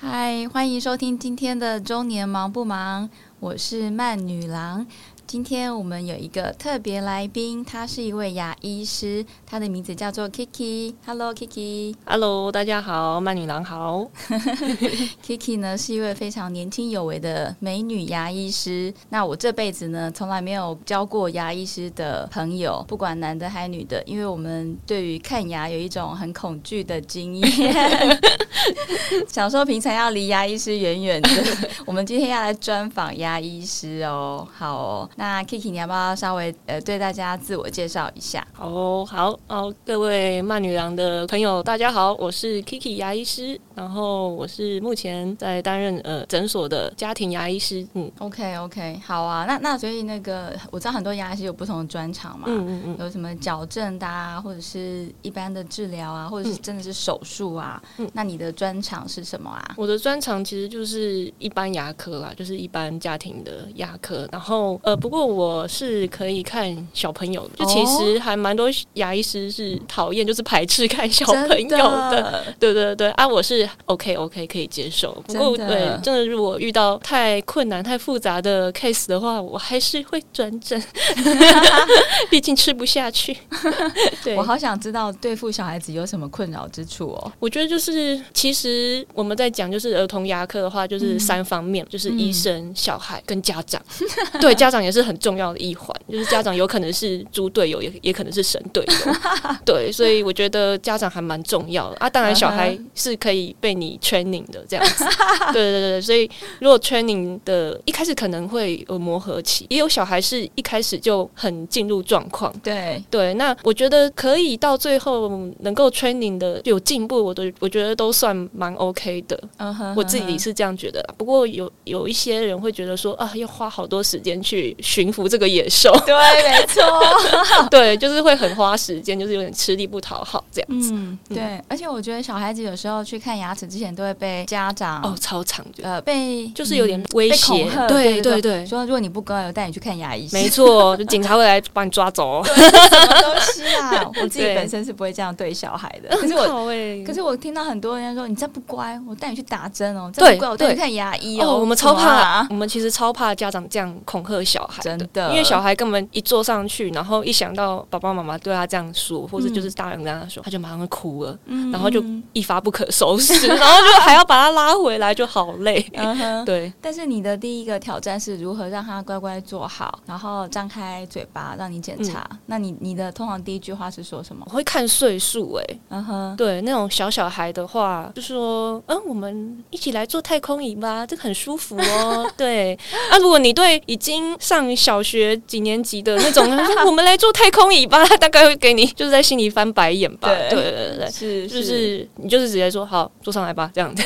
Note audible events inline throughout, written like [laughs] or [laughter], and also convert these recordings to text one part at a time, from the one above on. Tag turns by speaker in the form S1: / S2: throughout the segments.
S1: 欢迎收听今天的《中年忙不忙》，我是曼女郎。今天我们有一个特别来宾，他是一位牙医师，他的名字叫做 Kiki。Hello Kiki。
S2: Hello，大家好，曼女郎好。
S1: Kiki 呢是一位非常年轻有为的美女牙医师。那我这辈子呢从来没有交过牙医师的朋友，不管男的还女的，因为我们对于看牙有一种很恐惧的经验。 [laughs] 想说平常要离牙医师远远的， [laughs] 我们今天要来专访牙医师哦。好哦，那 Kiki 你要不要稍微呃对大家自我介绍一下？
S2: 哦，好哦，各位曼女郎的朋友，大家好，我是 Kiki 牙医师，然后我是目前在担任呃诊所的家庭牙医师。嗯
S1: OK OK，好啊，那那所以那个我知道很多牙医师有不同的专长嘛，
S2: 嗯嗯
S1: 有什么矫正的啊，或者是一般的治疗啊，或者是真的是手术啊。
S2: 嗯
S1: 那你的专长是什么啊？
S2: 我的专长其实就是一般牙科啦，就是一般家庭的牙科。然后呃，不过我是可以看小朋友的，就其实还蛮多牙医师是讨厌，就是排斥看小朋
S1: 真
S2: 友的。
S1: 的
S2: 对对对啊，我是 OK OK 可以接受，不过
S1: 真
S2: 对
S1: 的，
S2: 真的如果遇到太困难、太复杂的 case 的话，我还是会转
S1: [laughs]
S2: 诊， [laughs] 毕竟吃不下去。 [laughs] 对
S1: 我，好想知道对付小孩子有什么困扰之处哦。
S2: 我觉得就是其实我们在讲就是儿童牙科的话，就是三方面，就是医生、小孩跟家长。 [laughs] 对，家长也是很重要的一环，就是家长有可能是猪队友，也也可能是神队友。对，所以我觉得家长还蛮重要的啊。当然，小孩是可以被你 training 的这样子。 [laughs] 对对对对，所以如果 training 的一开始可能会有磨合期，也有小孩是一开始就很进入状况。
S1: 对，
S2: 对，那我觉得可以到最后能够 training 的有进步，我都我觉得都算蛮 OK 的，
S1: 嗯哼，嗯
S2: 我自己是这样觉得啦。不过有有一些人会觉得说啊，要花好多时间去驯服这个
S1: [laughs]
S2: 野兽，
S1: 嗯哼对，没错。
S2: 对，就是会很花时间，就是有点吃力不讨好这样子。 [laughs]
S1: 嗯，对，而且我觉得小孩子有时候去看牙齿之前都会被家长、
S2: 哦，超长的，
S1: 呃被
S2: 就是有点
S1: 嗯
S2: 威
S1: 被
S2: 胁
S1: 恐吓，
S2: 对
S1: 对
S2: 对对
S1: 说如果你不乖，我带你去看牙医生。
S2: 没错，就警察会来把你抓走。
S1: 什么东西
S2: [laughs]
S1: 啊？我自己
S2: 对
S1: 本身是不会这样对小孩
S2: [laughs]
S1: 的，可是我。
S2: 好欸
S1: 可是我听到很多人家说，你再不乖，我带你去打针哦；
S2: 对
S1: 再不乖，我带你去
S2: 对
S1: 看牙医
S2: 哦，我们超
S1: 什么
S2: 怕，
S1: 啊
S2: 我们其实超怕家长这样恐吓小孩
S1: 真的
S2: 因为小孩根本一坐上去，然后一想到爸爸妈妈对他这样说，或者就是大人跟他说，他就马上哭了，
S1: 嗯
S2: 然后就一发不可收拾，然后就还要把他拉回来，就好
S1: [laughs]
S2: 累。
S1: 嗯哼。
S2: 对，
S1: 但是你的第一个挑战是如何让他乖乖坐好，然后张开嘴巴让你检查。
S2: 嗯
S1: 那你你的通常第一句话是说什么
S2: 我？会看岁数哎、
S1: 嗯哼，
S2: 对那种小小孩的话，就说嗯，我们一起来做太空椅吧，这个很舒服哦。 [laughs] 对，啊，如果你对已经上小学几年级的那种，他
S1: [laughs]
S2: 说我们来做太空椅吧，他大概会给你就是在心里翻白眼吧。
S1: 对
S2: 对对对。
S1: 是
S2: 就是你就是直接说好坐上来吧，这样
S1: [laughs]
S2: 子，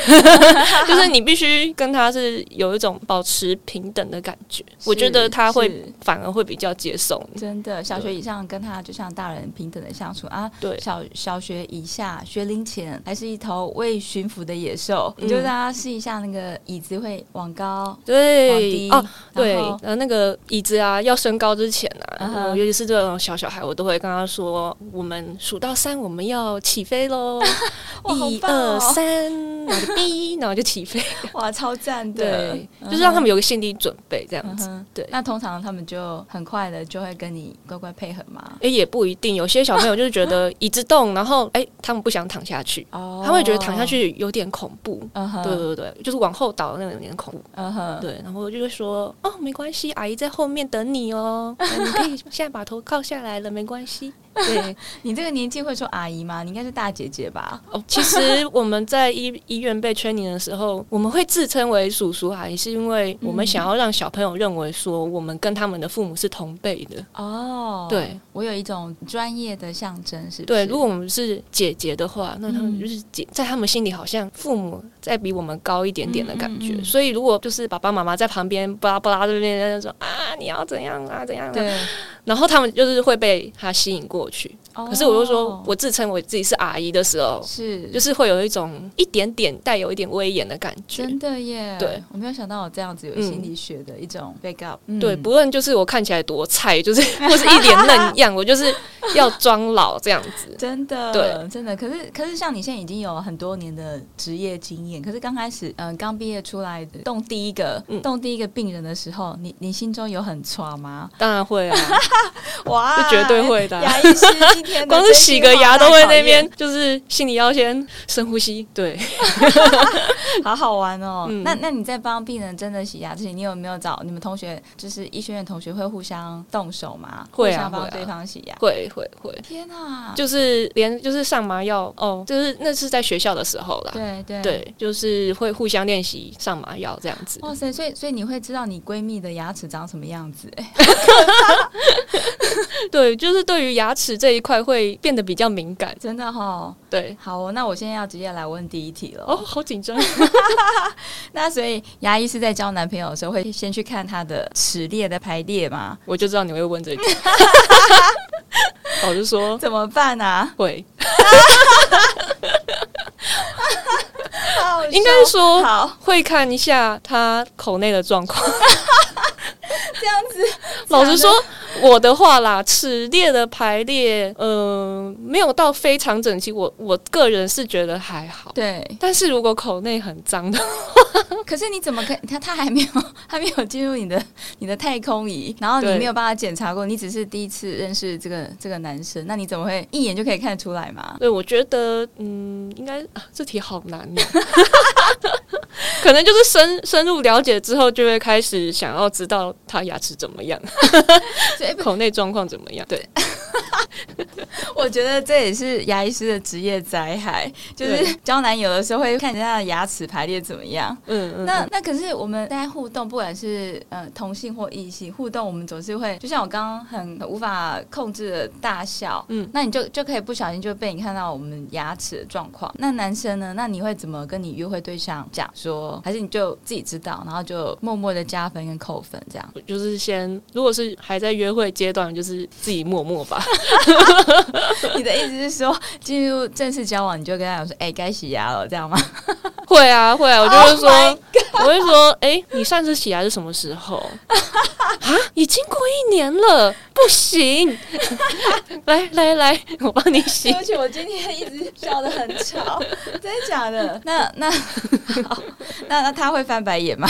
S2: 就是你必须跟他是有一种保持平等的感觉，我觉得他会
S1: 是
S2: 反而会比较接受你。
S1: 真的，小学
S2: 对
S1: 以上跟他就像大人平等的相处啊。
S2: 对
S1: 小小学以下学龄前还是一头未驯服的野兽，
S2: 嗯
S1: 你就让他试一下那个椅子会往高。往
S2: 对
S1: 低
S2: 哦，对
S1: 然后，
S2: 呃，那个椅子啊，要升高之前啊，
S1: 嗯哼
S2: 呃尤其是这种小小孩，我都会跟他说，我们数到三，我们要起飞喽，
S1: [laughs] 哇好
S2: 一
S1: 棒哦
S2: 二三，然后就
S1: [laughs]
S2: 哔，然后就起飞，
S1: 哇，超赞的
S2: 对，，就是让他们有个心理准备，这样
S1: 嗯
S2: 子。
S1: 哼
S2: 对
S1: 那通常他们就很快的就会跟你乖乖配合嘛。
S2: 哎、也不一定，有些小朋友就是觉得椅子动，然后哎、他们不想躺下去，
S1: 哦
S2: 他会觉得躺下，去有点恐怖。
S1: 嗯哼，
S2: 对对对，就是往后倒的那个有点恐怖。
S1: 嗯哼，
S2: 对，然后我就会说，哦，没关系，阿姨在后面等你
S1: [laughs]
S2: 哦，哎你可以现在把头靠下来了，没关系。对，
S1: 你这个年纪会说阿姨吗？你应该是大姐姐吧？
S2: 哦，其实我们在医医院被 training 的时候，我们会自称为叔叔阿姨，是因为我们
S1: 嗯
S2: 想要让小朋友认为说，我们跟他们的父母是同辈的。
S1: 哦，
S2: 对，
S1: 我有一种专业的象征，是不是？
S2: 对，如果我们是姐姐的话，那他
S1: 嗯
S2: 们就是姐，在他们心里好像父母在比我们高一点点的感觉。
S1: 嗯嗯嗯
S2: 所以如果就是爸爸妈妈在旁边巴拉巴拉这边在那说啊，你要怎样啊怎样啊，
S1: 对，
S2: 然后他们就是会被他吸引过去。
S1: 哦
S2: 可是我就说，我自称我自己是阿姨的时候，
S1: 是
S2: 就是会有一种一点点带有一点威严的感觉。
S1: 真的耶，
S2: 对，
S1: 我没有想到我这样子有
S2: 嗯
S1: 心理学的一种 back up，、嗯
S2: 对，不论就是我看起来多菜， [laughs] 就是或是一脸嫩样，我就是要装老这样子。
S1: 嗯真的，
S2: 对，
S1: 真的。可是，可是，像你现在已经有很多年的职业经验，可是刚开始，嗯、刚毕业出来动第一个、
S2: 嗯
S1: 动第一个病人的时候，你你心中有很差
S2: [laughs]
S1: 吗？
S2: [laughs] 当然会啊，
S1: 哇
S2: 这绝对会的啊、
S1: 牙医师今
S2: [laughs]
S1: 天的
S2: 光是
S1: 真
S2: 洗
S1: 心
S2: 个
S1: 话
S2: 牙
S1: 大
S2: 都会
S1: 考
S2: 那
S1: 验
S2: [laughs] 边，就是心里要先深呼吸。对，
S1: 好好玩哦。
S2: 嗯
S1: 那那你在帮病人真的洗牙之前，你有没有找你们同学，就是医学院同学会互相动手吗？
S2: 会啊
S1: 互相
S2: 会
S1: 帮
S2: 啊
S1: 对方洗牙。
S2: 会会会，
S1: 天啊！
S2: 就是连就是上麻药哦，就是那是在学校的时候啦。
S1: 对对。
S2: 对，就是会互相练习上麻药这样子。
S1: 哇塞！所以所以你会知道你闺蜜的牙齿长什么样子、哎，
S2: 对，就是对于牙齿这一块会变得比较敏感。
S1: 真的哈、哦。
S2: 对，
S1: 好哦、那我现在要直接来问第一题了。
S2: 哦，好紧张。 [laughs]
S1: 那所以牙医是在交男朋友的时候会先去看他的齿列的排列吗？
S2: 我就知道你会问这 [laughs] 句，我就说
S1: 怎么办啊？
S2: 会，
S1: 好笑
S2: 应该说
S1: 好
S2: 会看一下他口内的状况。
S1: 这样子。
S2: 老实说，我的话啦，齿列的排列，嗯、没有到非常整齐，我我个人是觉得还好。
S1: 对，
S2: 但是如果口内很脏的，
S1: 可是你怎么可以？他他还没有 [laughs] 还没有进入你的你的太空仪，然后你
S2: 对
S1: 没有帮他检查过，你只是第一次认识这个这个男生，那你怎么会一眼就可以看得出来嘛？
S2: 对我觉得，嗯，应该、啊、这题好难哦。 [laughs] 可能就是深深入了解之后，就会开始想要知道他牙齿怎么样，
S1: [laughs] 所以
S2: 口内状况怎么样。对，
S1: [laughs] 我觉得这也是牙医师的职业灾害，就是
S2: 对
S1: 交男友的时候会看人家的牙齿排列怎么样。
S2: 嗯嗯。
S1: 那那可是我们在互动，不管是呃同性或异性互动，我们总是会，就像我刚刚很很无法控制的大笑，嗯
S2: 嗯，
S1: 那你就就可以不小心就被你看到我们牙齿的状况。那男生呢？那你会怎么跟你约会对象讲说？还是你就自己知道，然后就默默的加分跟扣分这
S2: [laughs]
S1: 样？
S2: 就是先，如果是还在约会阶段，就是自己默
S1: [laughs]
S2: 默吧。
S1: 你的意思是说，进入正式交往，你就跟他讲说，哎、该洗牙了，这样吗？
S2: 会啊，会啊，我就会
S1: Oh
S2: 说
S1: my
S2: 我会说，哎、你上次洗牙是什么时候？
S1: [laughs]
S2: 啊，已经过一年了，不行， [laughs] 来来来，我帮你
S1: [laughs]
S2: 洗
S1: 对。不起，我今天一直笑得很 [laughs] 吵，真的假的？那那 [laughs] 好，那那他会翻白眼吗？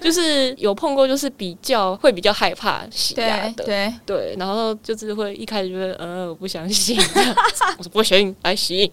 S2: 就是有碰过，就是比较会比较害怕洗牙
S1: 对
S2: 的。
S1: 对，
S2: 对，然后就是会一开始就是呃，我不想洗，这样子 [laughs] 我说不行，来洗。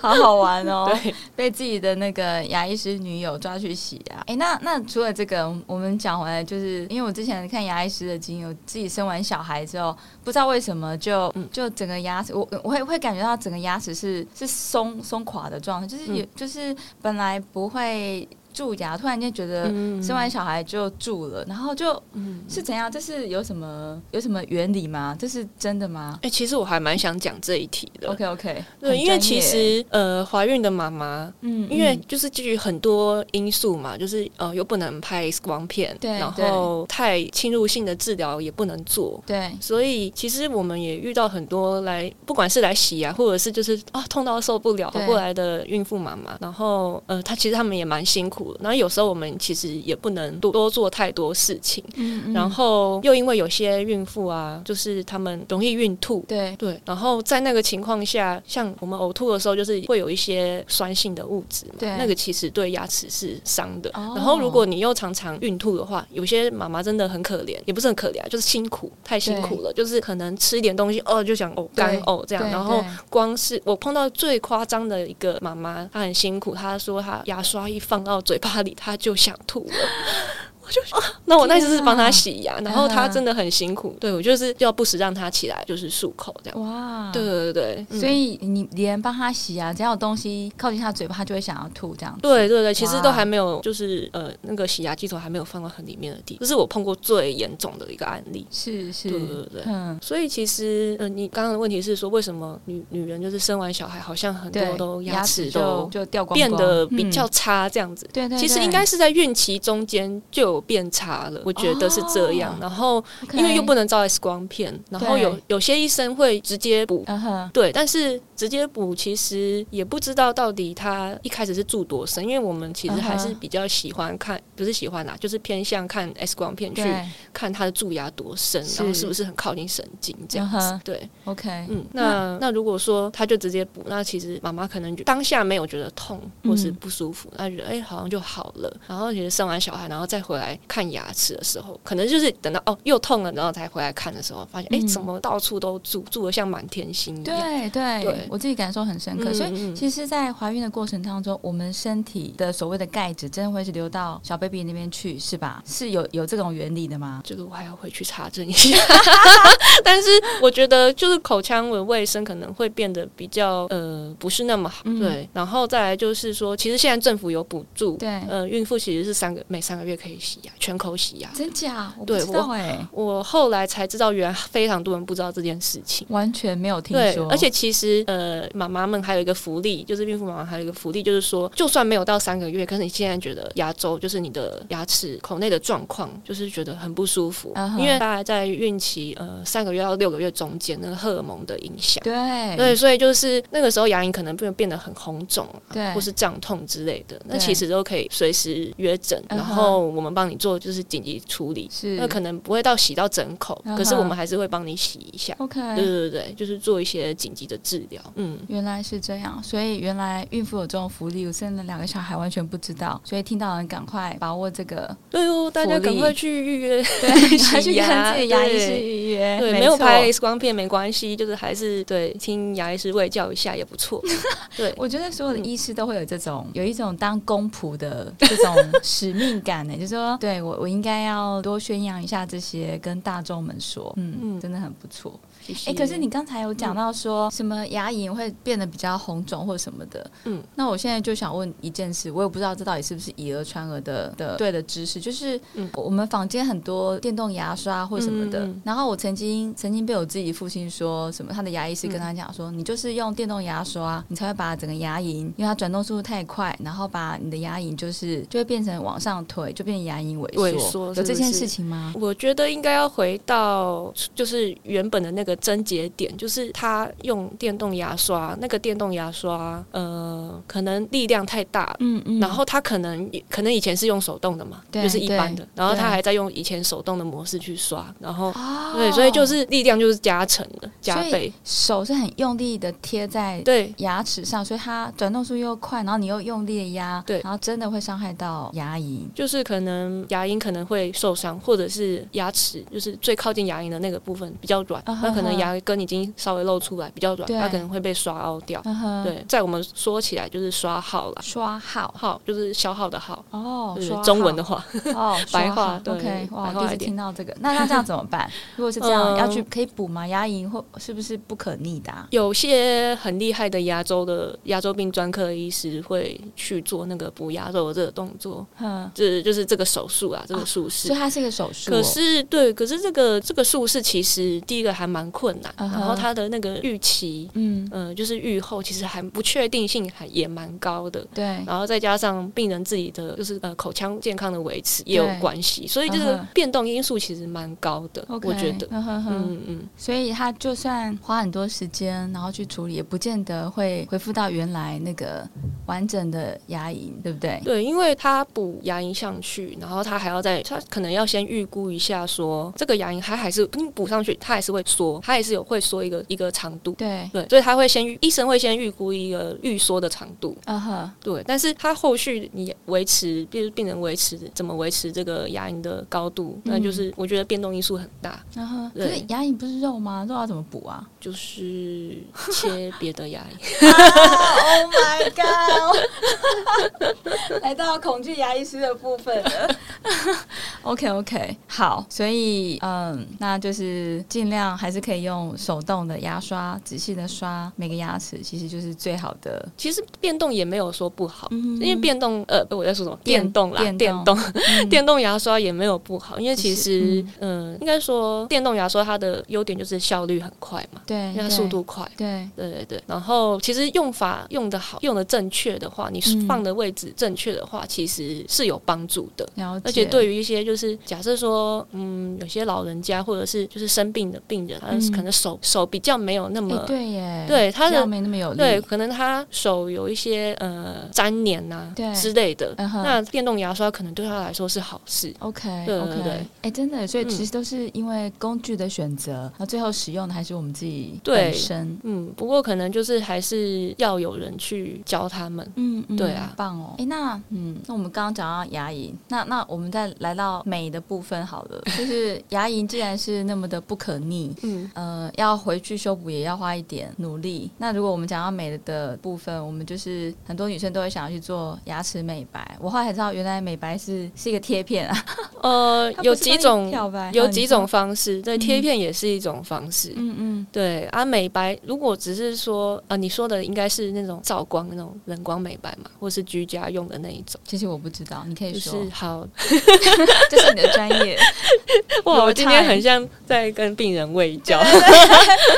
S1: 好好玩哦！
S2: 对，
S1: 被自己的那个牙医师女友抓去洗牙。哎，那那除了这个，我们讲回来，就是因为我之前看牙医师的经验，我自己生完小孩之后，不知道为什么就、
S2: 嗯
S1: 就整个牙齿，我我会会感觉到整个牙齿是是松松垮的状态，就是
S2: 嗯
S1: 也、就是本来不会蛀牙，突然间觉得
S2: 嗯
S1: 生完小孩就蛀了，然后就
S2: 嗯，
S1: 是怎样？这是有什么有什么原理吗？这是真的吗
S2: 哎、其实我还蛮想讲这一题的。
S1: ？OK OK，
S2: 哦对，因为其实呃，怀孕的妈妈，
S1: 嗯，
S2: 因为
S1: 嗯
S2: 就是基于很多因素嘛，就是呃，又不能拍 X 光片，
S1: 对
S2: 然后太侵入性的治疗也不能做。
S1: 对
S2: 所以其实我们也遇到很多来，不管是来洗牙，或者是就是啊痛到受不了
S1: 对
S2: 回不来的孕妇妈妈，然后呃，她其实他们也蛮辛苦的。然后有时候我们其实也不能多多做太多事情，
S1: 嗯嗯
S2: 然后又因为有些孕妇啊，就是她们容易孕吐，
S1: 对
S2: 对，然后在那个情况下，像我们呕吐的时候，就是会有一些酸性的物质嘛，
S1: 对
S2: 那个其实对牙齿是伤的。
S1: 哦
S2: 然后如果你又常常孕吐的话，有些妈妈真的很可怜，也不是很可怜啊，就是辛苦，太辛苦了，就是可能吃一点东西哦就想呕干呕这样，
S1: 对
S2: 然后
S1: 对
S2: 光是我碰到最夸张的一个妈妈，她很辛苦，她说她牙刷一放到嘴巴里，她就想吐
S1: [laughs]
S2: 了。我就说、啊那我那次是帮她洗牙，然后她
S1: 嗯
S2: 真的很辛苦，对我就是要不时让她起来，就是漱口这样。
S1: 哇，
S2: 对。对对对，
S1: 所
S2: 嗯、
S1: 以你连帮他洗啊，只要有东西靠近他嘴巴，他就会想要吐这样子。
S2: 对对对，其实
S1: 哇
S2: 都还没有，就是呃，那个洗牙机头还没有放到很里面的地，这是我碰过最严重的一个案例。
S1: 是是，
S2: 对对对
S1: 嗯，
S2: 所以其实，呃，你刚刚的问题是说，为什么女女人就是生完小孩，好像很多
S1: 对，
S2: 都
S1: 牙
S2: 牙齿
S1: 就
S2: 都
S1: 就掉光光，
S2: 变得比较
S1: 嗯
S2: 差这样子？
S1: 对对，
S2: 其实
S1: 对
S2: 应该是在孕期中间就有变差了，我觉得是这样。
S1: 哦
S2: 然后
S1: OK
S2: 因为又不能照 X 光片，然后有
S1: 对
S2: 有些医生会直接补。
S1: 嗯哼，
S2: 对，但是直接补其实也不知道到底他一开始是住多深，因为我们其实还是
S1: 嗯哼
S2: 比较喜欢看，不是喜欢啦、就是偏向看 X 光片去
S1: 对，
S2: 看他的蛀牙多深，
S1: 是
S2: 然后是不是很靠近神经这样子。
S1: 嗯哼
S2: 对，
S1: ，OK，
S2: 嗯，那那如果说他就直接补，那其实妈妈可能就当下没有觉得痛或
S1: 嗯
S2: 是不舒服，那觉得哎、好像就好了。然后其实生完小孩，然后再回来看牙齿的时候，可能就是等到哦又痛了，然后才回来看的时候，发现哎、
S1: 嗯
S2: 怎么到处都蛀，蛀的像满天星一样。
S1: 对对
S2: 嗯对，嗯
S1: 我自己感受很深刻，所以
S2: 以
S1: 其实，在怀孕的过程当中，我们身体的所谓的钙质，真的会是流到小 baby 那边去，是吧？是有有这种原理的吗？
S2: 这个我还要回去查证
S1: [laughs]
S2: 一下，但是我觉得就是口腔的卫生可能会变得比较呃不是那么好，
S1: 嗯
S2: 对。然后再来就是说，其实现在政府有补助，
S1: 对
S2: 呃，孕妇其实是三个每三个月可以洗牙，全口洗牙。
S1: 真假？我不
S2: 对
S1: 知道哎、
S2: 我后来才知道，原来非常多人不知道这件事情。
S1: 完全没有听
S2: 对
S1: 说，，
S2: 而且其实呃，妈妈们还有一个福利，就是孕妇妈妈还有一个福利，就是说，就算没有到三个月，可是你现在觉得牙周就是你的牙齿口内的状况，就是觉得很不舒服
S1: 嗯哼
S2: 因为大概在孕期呃三个月到六个月中间，那个荷尔蒙的影响。
S1: 对
S2: 对，所以就是那个时候牙龈可能变变得很红肿啊，
S1: 对
S2: 或是胀痛之类的，那
S1: 对
S2: 其实都可以随时约诊，
S1: 嗯
S2: 然
S1: 哼
S2: 后我们帮你做就是紧急处理，
S1: 是
S2: 那可能不会到洗到整口，
S1: 嗯哼
S2: 可是我们还是会帮你洗一下。对
S1: OK。
S2: 对对对，就是做一些紧急的治疗。嗯，
S1: 原来是这样，所以原来孕妇有这种福利，我生了两个小孩完全不知道，所以听到人赶快把握这
S2: [laughs]
S1: 个，
S2: 对哦，大家
S1: 福利
S2: 赶快去预约。
S1: [laughs] 对，
S2: 洗
S1: 还去
S2: 牙
S1: 看自己牙医师
S2: 对
S1: 预约，
S2: 对，
S1: 没
S2: 没有
S1: 错
S2: 拍 X 光片没关系，就是还是对听牙医师喂教一下也不
S1: [laughs]
S2: 错。对，
S1: 我觉得所有的
S2: 嗯
S1: 医师都会有这种、有一种当公仆的这
S2: [laughs]
S1: 种使命感呢，就是说，对我我应该要多宣扬一下这些，跟大众们说，嗯，
S2: 嗯
S1: 真的很不错。
S2: 谢谢
S1: 哎、可是你刚才有讲到说、什么牙龈会变得比较红肿或什么的，
S2: 嗯，
S1: 那我现在就想问一件事，我也不知道这到底是不是以讹传讹的的对的知识，就是
S2: 嗯
S1: 我们房间很多电动牙刷或什么的，
S2: 嗯嗯嗯
S1: 然后我曾经曾经被我自己父亲说什么，他的牙医师跟他讲说，你就是用电动牙刷，你才会把整个牙龈，因为它转动速度太快，然后把你的牙龈就是就会变成往上推，就变成牙龈萎缩，
S2: 萎缩
S1: 有
S2: 是不
S1: 这件
S2: 是
S1: 事情吗？
S2: 我觉得应该要回到就是原本的那个症结点，就是他用电动牙刷，那个电动牙刷呃，可能力量太大了。
S1: 嗯嗯
S2: 然后他可能可能以前是用手动的嘛，
S1: 对
S2: 就是一般的
S1: 对，
S2: 然后他
S1: 对
S2: 还在用以前手动的模式去刷，然后
S1: 哦
S2: 对，所以就是力量就是加成的，加
S1: 所以
S2: 倍。
S1: 手是很用力的贴在
S2: 对
S1: 牙齿上，所以它转动速度又快，然后你又用力的压，
S2: 对
S1: 然后真的会伤害到牙龈。
S2: 就是可能牙龈可能会受伤，或者是牙齿，就是最靠近牙龈的那个部分比较软，
S1: 啊哈
S2: 那可能
S1: 哈
S2: 牙根已经稍微露出来，比较软，
S1: 对
S2: 它可能会被刷凹掉。
S1: 嗯哼，，
S2: 对，在我们说起来就是刷耗啦，
S1: 刷好
S2: 耗就是消耗的耗，
S1: 哦，
S2: 就是
S1: 刷好
S2: 中文
S1: [laughs]
S2: 的话，
S1: 哦，
S2: [laughs] 白
S1: 刷
S2: 话
S1: 好
S2: 对
S1: OK，哇，
S2: 白
S1: 我
S2: 话
S1: 第一次
S2: 一点
S1: 听到这个，那那这样怎么
S2: [laughs]
S1: 办？如果是这样，
S2: 嗯
S1: 要去可以补吗？牙龈或是不是不可逆的啊？
S2: 有些很厉害的牙周的牙周病专科医师会去做那个补牙肉的这个动作，
S1: 嗯，
S2: 这就是这个手术啊，这
S1: 啊
S2: 个术式。
S1: 所以它是一个手术哦，
S2: 可是对，可是这个这个术式其实第一个还蛮困难
S1: 嗯哼
S2: 然后它的那个预期，
S1: 嗯，
S2: 呃，就是预后其实还不确定性还也蛮高的。
S1: 对，
S2: 然后再加上病人自己的就是呃口腔健康的维持也有
S1: 对
S2: 关系，所以就
S1: 嗯
S2: 是
S1: 哼
S2: 变动因素其实蛮高的
S1: OK，
S2: 我觉得。
S1: 嗯哼哼。
S2: 嗯嗯，
S1: 所以他就算花很多时间，然后去处理，也不见得会恢复到原来那个完整的牙龈，对不对？
S2: 对，因为他补牙龈上去，然后他还要再，他可能要先预估一下说这个牙龈它还是你补上去，它还是会缩，它也是有会缩一个一个长度。
S1: 对，
S2: 对，所以他会先预医生会先预估一个预缩的长度，
S1: 嗯哼，
S2: 对，但是他后续你维持，比如病人维持怎么维持这个牙龈的高度，那就是我觉得变动因素很大，
S1: 嗯哼。可
S2: 对
S1: 是牙龈不是肉吗？肉要怎么补啊
S2: 就是切别的牙 [laughs] 龈，
S1: [laughs] ？Oh my god！来到恐惧牙医师的部分 [laughs] 了。OK OK，好，所以嗯，那就是尽量还是可以用手动的牙刷，仔细的刷每个牙齿，其实就是最好的。
S2: 其实变动也没有说不好。
S1: 嗯
S2: 因为变动，呃，我在说什么？
S1: 电
S2: 电动啦，
S1: 电
S2: 电
S1: 动
S2: 动， [laughs]
S1: 嗯
S2: 电动牙刷也没有不好，因为其
S1: 是
S2: 实，嗯、应该说电动牙刷它的优点就是效率很快嘛，
S1: 对，
S2: 因为它
S1: 对
S2: 速度快。
S1: 对。
S2: 对对对，然后其实用法用的好，用的正确，的话，你
S1: 嗯
S2: 放的位置正确的话，其实是有帮助的。
S1: 了解，哎
S2: 而且对于一些就是假设说，嗯，有些老人家或者是就是生病的病人，他
S1: 嗯
S2: 可能手手比较没有那
S1: 哎、
S2: 么
S1: 对耶，
S2: 对他
S1: 比较
S2: 的
S1: 没那么有力，
S2: 对，可能他手有一些呃粘黏呐、
S1: 对
S2: 之类的，
S1: 嗯哼，
S2: 那电动牙刷可能对他来说是好事。
S1: OK，
S2: 对
S1: o k
S2: 对对嗯
S1: 哎、真的，所以其实都是因为工具的选择，那、最后使用的还是我们自己本
S2: 对
S1: 身。
S2: 嗯，不过可能就是还是要有人去教他们。
S1: 嗯，嗯
S2: 对啊
S1: 很棒哦。哎、那嗯，那我们刚刚讲到牙龈，那那我们再来到美的部分好了，就是牙龈既然是那么的不可逆，
S2: 嗯，
S1: 呃，要回去修补也要花一点努力。那如果我们讲到美的部分，我们就是很多女生都会想要去做牙齿美白。我后来才知道，原来美白是是一个贴片啊，
S2: 呃，有几种
S1: 漂白，
S2: 有
S1: 啊
S2: 几，
S1: 你
S2: 种
S1: 说
S2: 方式，对，
S1: 嗯
S2: 贴片也是一种方式。
S1: 嗯嗯，
S2: 对啊，美白如果只是说啊、呃你说的应该是那种照光那种人光美白嘛，或是居家用的那一种，
S1: 其实我不知道，你可以
S2: 就
S1: 说，
S2: 是 [laughs]
S1: [laughs]
S2: 好
S1: 这是你的专业
S2: 哇，
S1: 有
S2: 我今天
S1: 菜
S2: 很像在跟病人
S1: [laughs]
S2: 喂教。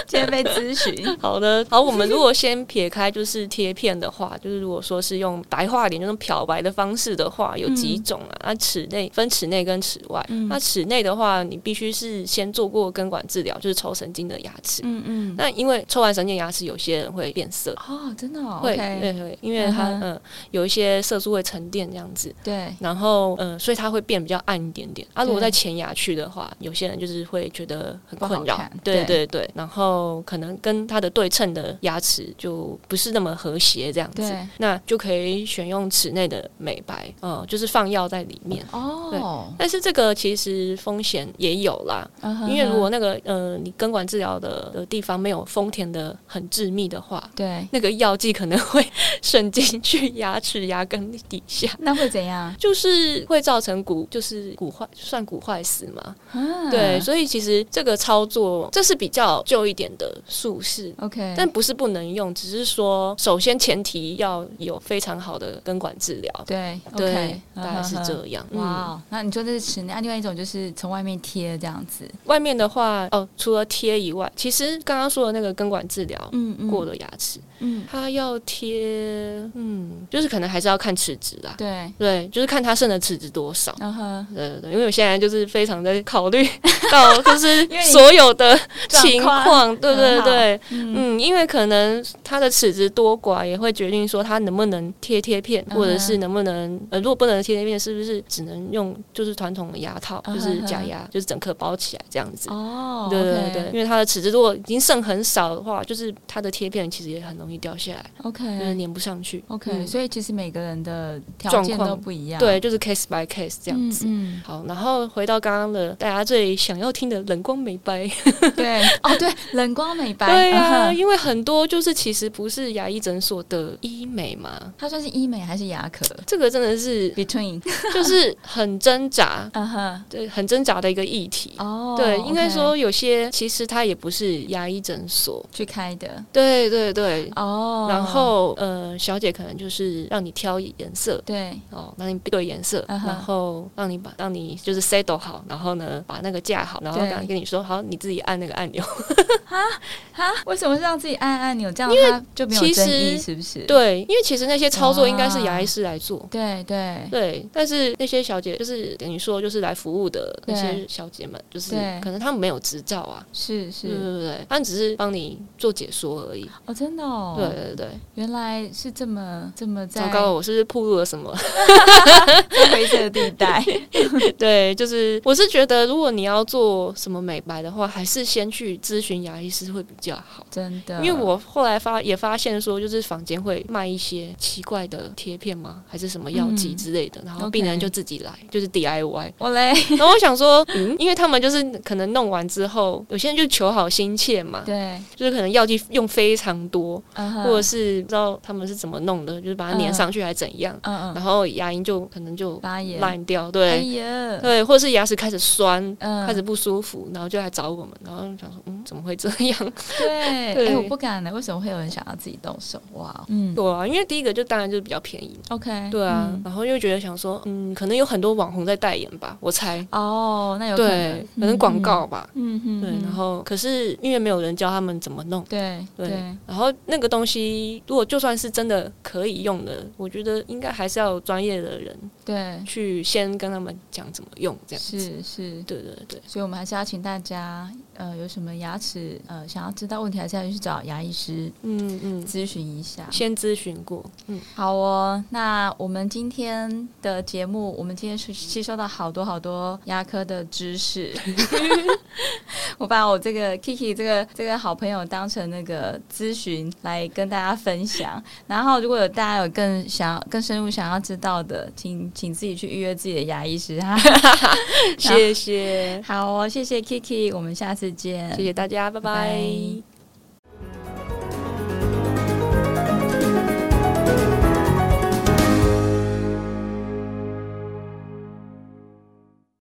S1: 今天被咨询。
S2: [laughs] 好的，好，我们如果先撇开就是贴片的话，就是如果说是用白化点，就是漂白的方式的话，有几种啊？啊，齿内分齿内跟齿外。
S1: 嗯
S2: 那齿内的话，你必须是先做过根管治疗，就是抽神经的牙齿。
S1: [laughs] 嗯嗯，
S2: 那因为抽完神经牙齿，有些人会变色。
S1: 哦，真的哦
S2: 会，
S1: ，OK，
S2: 对会，因为它
S1: 嗯哼
S2: 嗯有一些色素会沉淀这样子，
S1: 对，
S2: 然后嗯，所以它会变比较暗一点点。啊，如果
S1: 对
S2: 在前牙区的话，有些人就是会觉得
S1: 嗯
S2: 很
S1: 不好
S2: 困扰
S1: 看，对
S2: 对对对。然后可能跟它的对称的牙齿就不是那么和谐这样子
S1: 对，
S2: 那就可以选用齿内的美白，嗯，就是放药在里面。
S1: 哦，
S2: 但是这个其实风险也有啦，
S1: 嗯哼
S2: 因为如果那个呃你根管治疗的的地方没有丰田的很致密的话，
S1: 对，
S2: 那个药剂可能会 [laughs] 渗进去牙齿牙根底下，
S1: 那会怎样？
S2: 就是会造成骨就是骨坏，算骨坏死嘛。
S1: [laughs] 啊
S2: 对，所以其实这个操作这是比较旧一点的术式。
S1: ，OK，
S2: 但不是不能用，只是说，首先前提要有非常好的根管治疗，
S1: 对
S2: 对
S1: ，OK，，
S2: 大概是
S1: 嗯哼
S2: 这样。
S1: 哼。哇哦，那你说这是室内，啊另外一种就是从外面贴这样子，
S2: 外面的话，哦，除了贴以外，其实刚刚说的那个根管治疗
S1: 嗯嗯
S2: 过，的牙齿，
S1: 嗯，
S2: 它要贴，嗯，就是可能还是要看齿质啦。
S1: 对，嗯
S2: 对，就是看它剩的齿质多少。
S1: 然后
S2: 对对对，因为我现在就是非常在考
S1: [laughs]
S2: 虑到，就是
S1: 因为你
S2: 所有的
S1: 状
S2: 情
S1: 况
S2: 况，对
S1: 很
S2: 对
S1: 好
S2: 对，
S1: 嗯
S2: 嗯，因为可能它的齿质多寡也会决定说它能不能贴贴片，或者
S1: 嗯
S2: 是能不能呃，如果不能贴贴片，是不是只能用就是传统的牙套，
S1: 嗯
S2: 就是假
S1: 嗯嗯
S2: 牙，就是整颗包起来这样子。
S1: 哦，
S2: 对对对，因为它的齿质如果已经剩很少的话，就是它的贴片其实也很容易掉下来，就是
S1: ，OK。
S2: 粘不上去。
S1: OK，
S2: 嗯
S1: 所以其实每个人的条
S2: 状
S1: 件
S2: 况
S1: 都不一样，
S2: 对，，就是 case by case 这
S1: 这
S2: 样子。
S1: 嗯，
S2: 好，然后回到刚刚的大家最想要听的冷光美白，
S1: 嗯对， [laughs] 哦，对，冷光美白，
S2: [laughs] 对
S1: 嗯
S2: 啊，
S1: 哼
S2: 因为很多就是其实不是牙医诊所的医美嘛，
S1: 它算是医美还是牙科
S2: 这个真
S1: [laughs]
S2: 的是
S1: ？Between，
S2: 就是很挣扎，
S1: 嗯哼，
S2: 对，很挣扎的一个议题。
S1: 哦，
S2: 对，应该
S1: OK
S2: 说有些其实它也不是牙医诊所，
S1: 去开的
S2: 对对对。
S1: 哦
S2: 然后呃，小姐可能就是让你挑颜色，
S1: 对，
S2: 哦，让你对颜色
S1: 嗯哼
S2: 然后让你把让你就是 settle 好，然后呢把那个架好，然后
S1: 对
S2: 跟跟你说好，你自己按那个按钮。
S1: 哈，为什么是让自己按按钮这样？它就没有
S2: 其
S1: 争议，
S2: 实
S1: 是不是？
S2: 对，因为其实那些操作应该是
S1: 哇
S2: 牙医师来做。
S1: 对对
S2: 对，但是那些小姐就是等于说就是来服务的那
S1: 对
S2: 些小姐们，就是
S1: 对
S2: 可能她们没有执照啊，
S1: 是
S2: 对对
S1: 是
S2: 对对，她们只是帮你做解说而已。
S1: 哦，真的哦，
S2: 对，对对，
S1: 原来是这么这么在
S2: 糟糕，我是不是暴露了什么？
S1: 灰色地 [laughs] 带，
S2: 对，就是我是觉得如果你要做什么美白的话，还是先去咨询牙医师会比较好。
S1: 真的，
S2: 因为我后来发也发现说，就是坊间会卖一些奇怪的贴片吗？还是什么药剂
S1: 嗯
S2: 之类的，然后
S1: OK
S2: 病人就自己来，就是
S1: [laughs]
S2: DIY。
S1: 我嘞，
S2: 然后我想说，嗯，因为他们就是可能弄完之后，有些人就求好心切嘛，
S1: [laughs] 对，
S2: 就是可能药剂用非常多，
S1: 嗯哼
S2: 或者是不知道他们是怎么弄的，就是把它粘上去还怎样，
S1: 嗯嗯
S2: 然后牙龈就可能就
S1: 发炎，
S2: 烂掉，
S1: 哎
S2: [laughs] 对、
S1: 呀，
S2: 对，或者是牙齿开始酸，
S1: 嗯，
S2: 开始不舒服，然后就来找我们，然后想说，嗯，怎么会这样？ [laughs]
S1: 对，哎、
S2: 对
S1: 我不敢呢，为什么会有人想要自己动手？哇，嗯
S2: 对啊，因为第一个就当然就是比较便宜，
S1: ，OK，
S2: 对啊，
S1: 嗯
S2: 然后又觉得想说，嗯，可能有很多网红在代言吧，我猜，
S1: 哦，那有可能
S2: 对，可能广，告吧，
S1: 嗯嗯嗯，
S2: 对，
S1: 嗯
S2: 然后可是因为没有人教他们怎么弄。
S1: 对
S2: 对，然后那个东西，如果就算是真的可以用的，我觉得应该还是要有专业的人
S1: 对，
S2: 去先跟他们讲怎么用，这样子。
S1: 嗯是是。
S2: 对对对，
S1: 所以，我们还是要请大家，呃，有什么牙齿呃想要知道问题，还是要去找牙医师
S2: 嗯嗯，
S1: 咨询一下。
S2: 先咨询
S1: [laughs]
S2: 过，嗯，
S1: 好哦，那我们今天的节目，我们今天是吸收到好多好多牙科的知识。 [laughs] 我把我这个 Kiki 这个这个好朋友当成那个咨询来跟大家分享。然后，如果有大家有更想更深入想要知道的，请请自己去预约自己的牙医师哈。
S2: 谢谢，
S1: 好哦，谢谢 Kiki，我们下次见，
S2: 谢谢大家，拜
S1: 拜
S2: 拜
S1: 拜